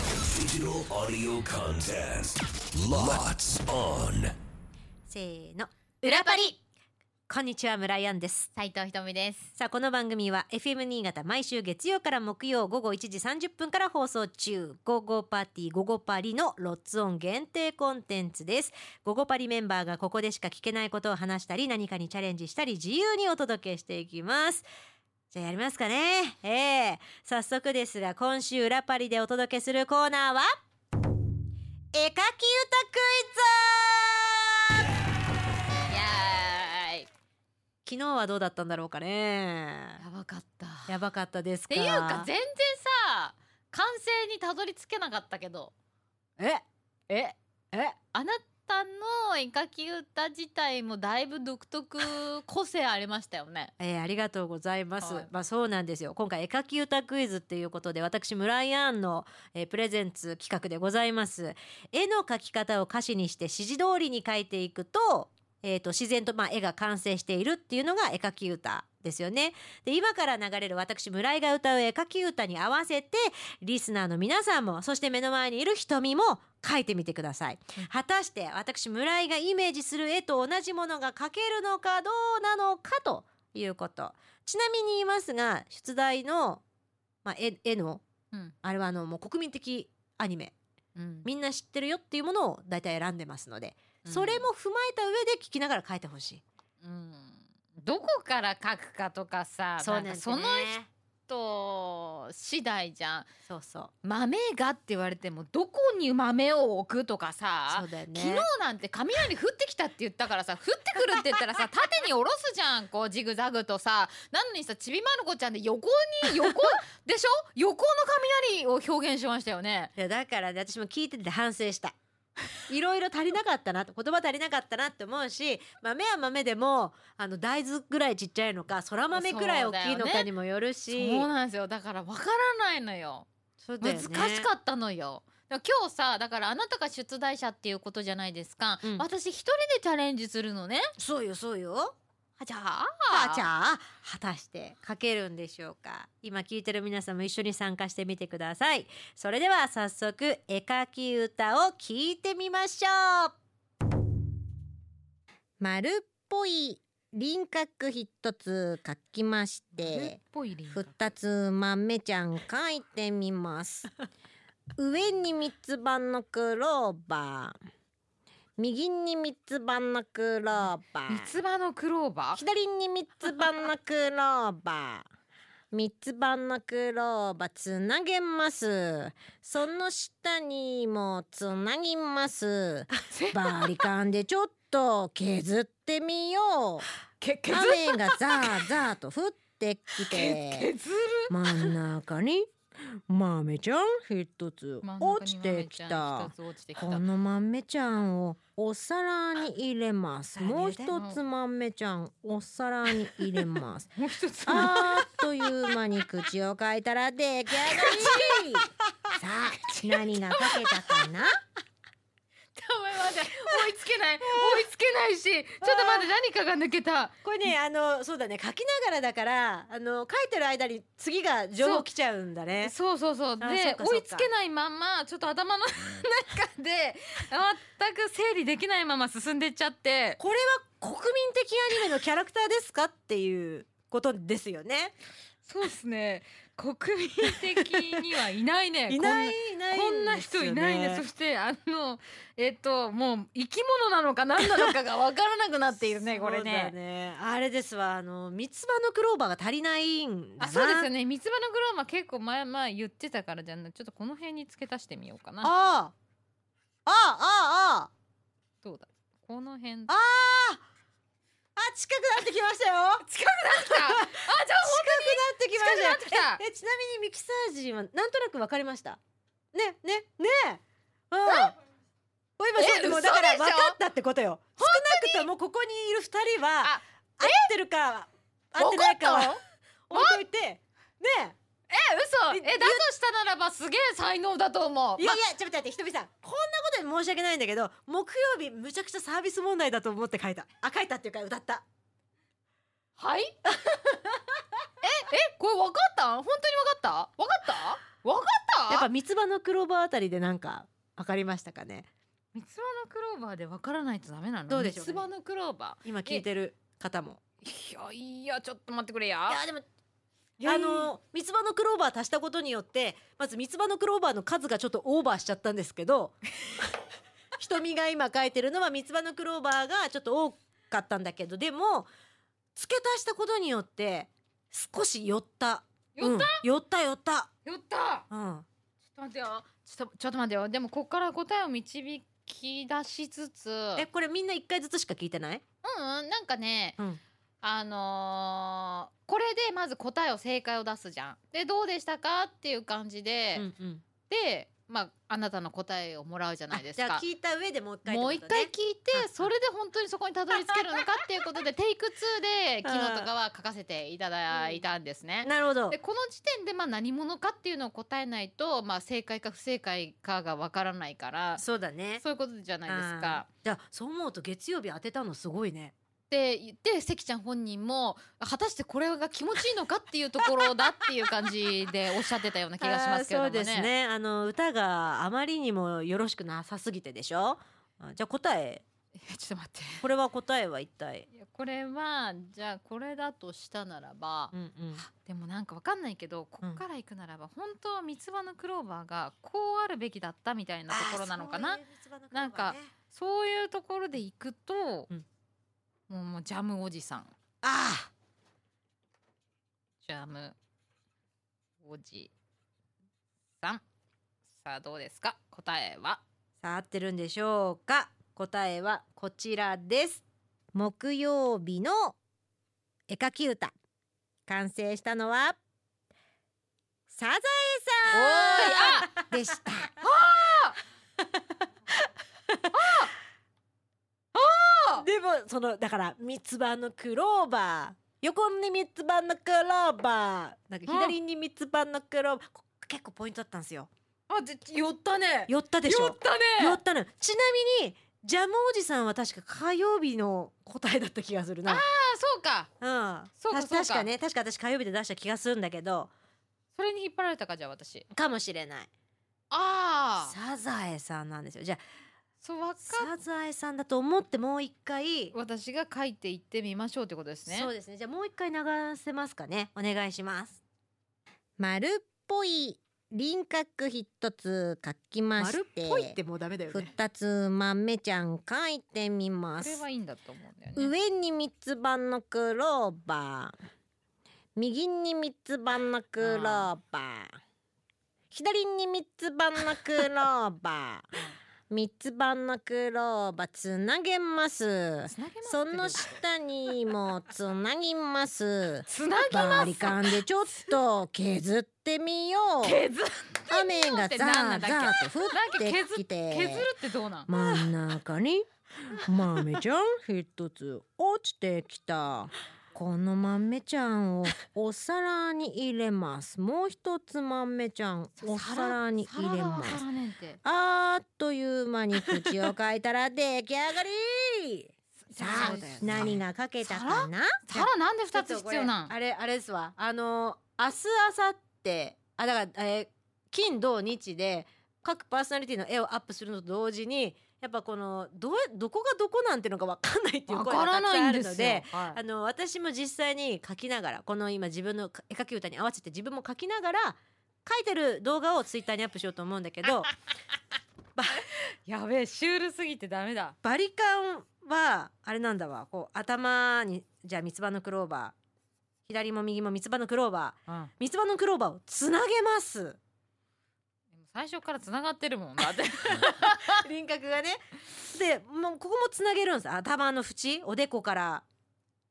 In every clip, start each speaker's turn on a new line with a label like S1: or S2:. S1: Digital audio contest. Lots on.
S2: せーの
S3: 裏パリ
S2: こんにちは村井アンです
S3: 斉藤ひとみです
S2: さあこの番組は FM 新潟毎週月曜から木曜午後1時30分から放送中「午後パーティー午後パリ」のロッツオン限定コンテンツです午後パリメンバーがここでしか聞けないことを話したり何かにチャレンジしたり自由にお届けしていきますじゃあやりますかねええ早速ですが今週裏パリでお届けするコーナーは絵描き歌クイズ
S3: や
S2: 昨日はどうだったんだろうかね
S3: ーいやばかったっ
S2: やばかったですか
S3: ていうか全然さ完成にたどり着けなかったけど
S2: えええ
S3: あなたの絵描き歌自体もだいぶ独特個性ありましたよね
S2: えーありがとうございます、
S3: はい
S2: まあそうなんですよ今回絵描き歌クイズっていうことで私村井アンの、えープレゼンツ企画でございます絵の描き方を歌詞にして指示通りに描いていくと,、えー、と自然とまあ絵が完成しているっていうのが絵描き歌ですよねで今から流れる私村井が歌う絵描き歌に合わせてリスナーの皆さんもそして目の前にいる瞳も描いてみてください、果たして私村井がイメージする絵と同じものが描けるのかどうなのかということちなみに言いますが出題の、まあ、絵絵の
S3: うん、
S2: あれはあのもう国民的アニメ
S3: うん
S2: みんな知ってるよっていうものを大体選んでますので、それも、踏まえた上で聞きながら書いてほしい。
S3: うん、どこから描くかとかさなんかその人次第じゃん
S2: そうそう
S3: 豆がって言われてもどこに豆を置くとかさ
S2: そうだよね
S3: 昨日なんて雷降ってきたって言ったからさ降ってくるって言ったらさ縦に下ろすじゃんこうジグザグとさなのにさちびまる子ちゃんで横に 横でしょ横の雷を表現しましたよね
S2: いやだからね私も聞いてて反省した。いろいろ足りなかったなと言葉足りなかったなって思うし豆は豆でもあの大豆ぐらいちっちゃいのかそら豆くらい大きいのかにもよる
S3: そ
S2: し
S3: うなんですよだからわからないのよ
S2: そうだよ
S3: 難
S2: ね
S3: しかったのよだから今日さだからあなたが出題者っていうことじゃないですか、
S2: うん
S3: 私一人でチャレンジするのね
S2: そうよそうよ。
S3: はじゃあ
S2: あじゃあ果たして書けるんでしょうか今聞いてる皆さんも一緒に参加してみてくださいそれでは早速絵描き歌を聞いてみましょう丸っぽい輪郭一つ描きまし
S3: 丸ってぽい輪郭
S2: 二つ豆ちゃん描いてみます上に三つ葉のクローバー右に三つ葉のクローバー
S3: 三つ葉のクローバー
S2: 左に三つ葉のクローバー三つ葉のクローバーつなげますその下にもつなぎますバリカンでちょっと削ってみよう
S3: け削
S2: 雨がザーザーと降ってき て
S3: 削る
S2: 真ん中に豆ちゃん一つ落ちてきた
S3: 真ん中に豆ちゃん一つ落ちてきた
S2: この豆ちゃんをお皿に入れます。
S3: あ
S2: もう
S3: そ
S2: 一
S3: れでも
S2: つ豆ちゃんお皿に入れ ます。
S3: もう一つの
S2: あーっという間に口を変えたら出 来上がり。さあ何がかけたかな？
S3: 待って追いつけない追いつけないしちょっと待って何かが抜けた
S2: これねあのそうだね書きながらだからあの書いてる間に次が
S3: 情報
S2: 来ちゃうんだね。
S3: そうそうそうで
S2: あそうかそうか
S3: 追いつけないまんまちょっと頭の中で全く整理できないまま進んでっちゃって
S2: これは国民的アニメのキャラクターですかっていうことですよね。
S3: そうですね国民的にはいない ね
S2: いいない
S3: こんな人いないね。そしてあのえっともう生き物なのか何なのかが分からなくなっているねこれ
S2: そうだ
S3: ね。
S2: ねあれですわあの三つ葉のクローバーが足りないんだな
S3: あそうですよね三つ葉のグローマ結構前前言ってたからじゃあちょっとこの辺に付け足してみようかな
S2: あああああ
S3: どうだこの辺
S2: あああ近くなってきましたよ近くな
S3: あじゃあ
S2: ってきましたよ
S3: 近くなってきた
S2: ええちなみにミキサージはなんとなくわかりましたねねねうんお今そう
S3: え
S2: でもだから
S3: 嘘
S2: 分
S3: で
S2: か
S3: しょ
S2: ったってことよ少なくともここにいる二人は
S3: あ
S2: 合ってるか合ってないか
S3: わか
S2: は
S3: った
S2: 置いといてねえ
S3: え嘘
S2: え
S3: えだとしたならばすげえ才能だと思う
S2: いや
S3: ま
S2: いやちょっと待ってひとみさんこんなことに申し訳ないんだけど木曜日むちゃくちゃサービス問題だと思って書いたあ書いたっていうか歌った
S3: はいええこれ分かった本当に分かった分かったわかった
S2: やっぱ三つ葉のクローバーあたりでなんかわかりましたかね
S3: 三つ葉のクローバーでわからないとダメなの
S2: どうでしょうね
S3: 三つ葉のクローバ
S2: 今聞いてる方も
S3: ーいやいやちょっと待ってくれや
S2: いやでも
S3: いや
S2: あの三つ葉のクローバー足したことによってまず三つ葉のクローバーの数がちょっとオーバーしちゃったんですけ ど瞳が今書いてるのは三つ葉のクローバーがちょっと多かったんだけどでも付け足したことによって少し寄った
S3: 寄った、
S2: うん寄った寄った
S3: 寄った
S2: うん
S3: ちょっと待ってよちょっとちょっと待ってよでもこっから答えを導き出しつつう
S2: えこれみんな一回ずつしか聞いてない
S3: うんなんかね、
S2: うん
S3: あのーこれでまず答えを正解を出すじゃんでどうでしたかっていう感じで、
S2: うんうん
S3: でまああなたの答えをもらうじゃないで
S2: あ
S3: す
S2: じゃ
S3: か
S2: あ聞いた上でもう一回って
S3: も
S2: こ
S3: う
S2: とね
S3: 一回聞い
S2: うんうん
S3: てそれで本当にそこにたどり着けるのかっていう ことでテイク2で昨日とかは書かせていただいたんですね。
S2: なるほど
S3: でこの時点でまあ何者かっていうのを答えないと、まあ、正解か不正解かがわからないから
S2: そうだね
S3: そういうことじゃないです
S2: あ
S3: か。
S2: ーじゃあそう思うと月曜日当てたのすごいね
S3: で言って関ちゃん本人も果たしてこれが気持ちいいのかっていうところだっていう感じでおっしゃってたような気がしますけれども
S2: あーそうです
S3: ね
S2: ねあの歌があまりにもよろしくなさすぎてでしょあじゃあ答え
S3: えちょっと待って。
S2: これは答えは一体、
S3: いやこれはじゃあこれだとしたならば、
S2: うんうん、
S3: でもなんかわかんないけどこっから行くならば、本当は三つ葉のクローバーがこうあるべきだったみたいなところなのかな
S2: あーそういう器の方がね
S3: なんかそういうところで行くと、
S2: うん
S3: もうもうジャムおじさん
S2: あ
S3: ジャムおじさんさあどうですか答えは
S2: ーさあ合ってるんでしょうか答えはこちらです木曜日の絵描き歌完成したのはサザエ
S3: おーいあ
S2: さんでした
S3: あ
S2: でもそのだから三つ葉のクローバー横に三つ葉のクローバーなんか左に三つ葉のクローバー、こ結構ポイントだったんですよ
S3: あじ寄ったね
S2: 寄ったでしょ
S3: 寄った
S2: 寄
S3: ね
S2: ったのよちなみにジャムおじさんは確か火曜日の答えだった気がするな
S3: あそうか
S2: うん
S3: そうか
S2: た
S3: そうか
S2: 確かね確か私火曜日で出した気がするんだけど
S3: それに引っ張られたかじゃあ私
S2: かもしれない
S3: あ
S2: サ
S3: あ
S2: ザエさんなんですよじゃあ
S3: そうわかっ
S2: サザエさんだと思ってもう一回
S3: 私が書いていってみましょうってことですね
S2: そうですね。じゃあもう一回流せますかね。お願いします。丸っぽい輪郭一つ書きま
S3: 丸っぽいってもうダメだよね
S2: 二つ豆ちゃん書いてみ
S3: こ
S2: ま
S3: れはいいんだと思うんだよ
S2: 上
S3: ね
S2: に三つ葉のクローバー右に三つ葉のクローバー左に三つ葉のクローバ ー三つ葉のクローバーつなげます
S3: つなげます
S2: その下にもつなぎます。
S3: つなぎ
S2: バ
S3: ま
S2: リ
S3: す
S2: カンでちょっと削ってみよう。
S3: 削る
S2: 雨がザーザーと降
S3: なん
S2: っ
S3: か
S2: てき
S3: 削
S2: て、
S3: るってどうなん
S2: 真ん中に豆ちゃん一つ落ちてきた。この豆ちゃんをお皿に入れます。もう一つ豆ちゃんお皿に入れま
S3: 皿がわか
S2: す。
S3: らねんて
S2: あーっという間に口を変えたら出来上がり。さあ、
S3: そうだよね
S2: 何がかけたかな
S3: 皿なんで
S2: ちょ
S3: 二
S2: っと
S3: つ
S2: こ
S3: 必
S2: れ
S3: 要なん
S2: あれあれですわあの明日明後日あだから、えー金土日で各パーソナリティの絵をアップするのと同時にやっぱこのどうどこがどこなんてのが分かんないっていう
S3: わ
S2: 声がたくさ
S3: から
S2: ん
S3: な
S2: あ
S3: いん
S2: る
S3: で
S2: の
S3: すよ
S2: で。
S3: は
S2: あ
S3: い
S2: の私も実際に描きながらこの今自分の絵描き歌に合わせて自分も描きながら描いてる動画をツイッターにアップしようと思うんだけ ど
S3: やべえシュールすぎてダメだ
S2: バリカンはあれなんだわこう頭にじゃあ三つ葉のクローバー左も右も三つ葉のクローバー
S3: うん
S2: 三つ葉のクローバーをつなげます
S3: 最初からつながってるもんだって
S2: 輪郭がねでもうここもつなげるんです頭の縁おでこから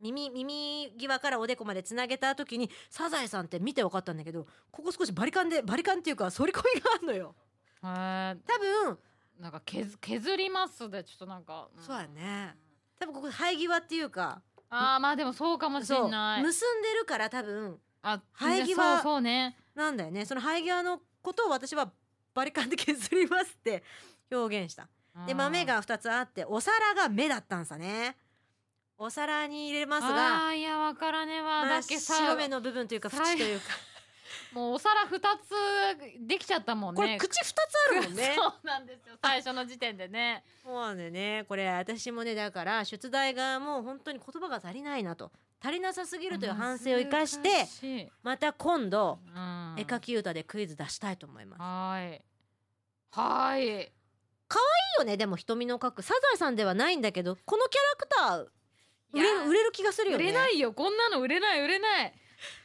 S2: 耳耳際からおでこまでつなげた時にサザエさんって見て分かったんだけどここ少しバリカンでバリカンっていうか反り込みがあるのよ
S3: へー
S2: 多分
S3: なんか削削りますでちょっとなんかん
S2: そうやね多分ここ生え際っていうか
S3: あーまあでもそうかもし
S2: そ
S3: れ
S2: う
S3: な
S2: 結ん
S3: い
S2: でるから多分
S3: あ
S2: 生え際
S3: そうそうね
S2: なんだよねその生え際のことを私はバリカンで削りますって表現したで
S3: うん
S2: 豆が2つあってお皿が目だったんさねお皿に入れますが
S3: あーいやわからねえわ
S2: ま
S3: だ
S2: あ
S3: っけさ
S2: 白目の部分というか
S3: さ
S2: 縁というか
S3: もうお皿二つできちゃったもんね
S2: これ口二つあるもんね
S3: そうなんですよ最初の時点でね
S2: そうなんだよねこれ私もねだから出題側も本当に言葉が足りないなと足りなさすぎるという反省を生かして
S3: 難しい
S2: また今度
S3: うん
S2: 絵描き歌でクイズ出したいと思います。
S3: はいはい
S2: いいよねでも瞳の描くサザエさんではないんだけどこのキャラクター売
S3: い
S2: れ
S3: や
S2: る売れる気がするよ
S3: 売
S2: ね。
S3: れないよこんなの売れない売れない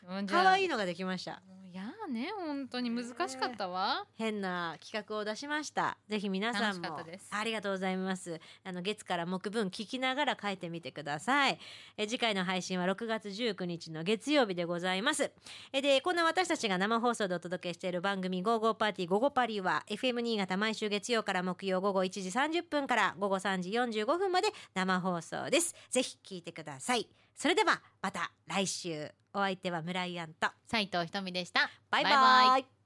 S3: うんじゃあ
S2: 可愛いのができました。
S3: もういやーね本当に難しかったわ、
S2: 変な企画を出しました。ぜひ皆さん
S3: 楽しか
S2: も
S3: ったです
S2: ありがとうございます。あの月から木分聞きながら書いてみてください。え次回の配信は6月19日の月曜日でございます。えでこんな私たちが生放送でお届けしている番組「ゴーゴーパーティーゴーゴーパリ」は FM 新潟毎週月曜から木曜午後1時30分から午後3時45分まで生放送です。ぜひ聞いてください。それではまた来週お相手は村井アンと
S3: 斉藤ひとみでした
S2: バイバ
S3: バイバ
S2: イ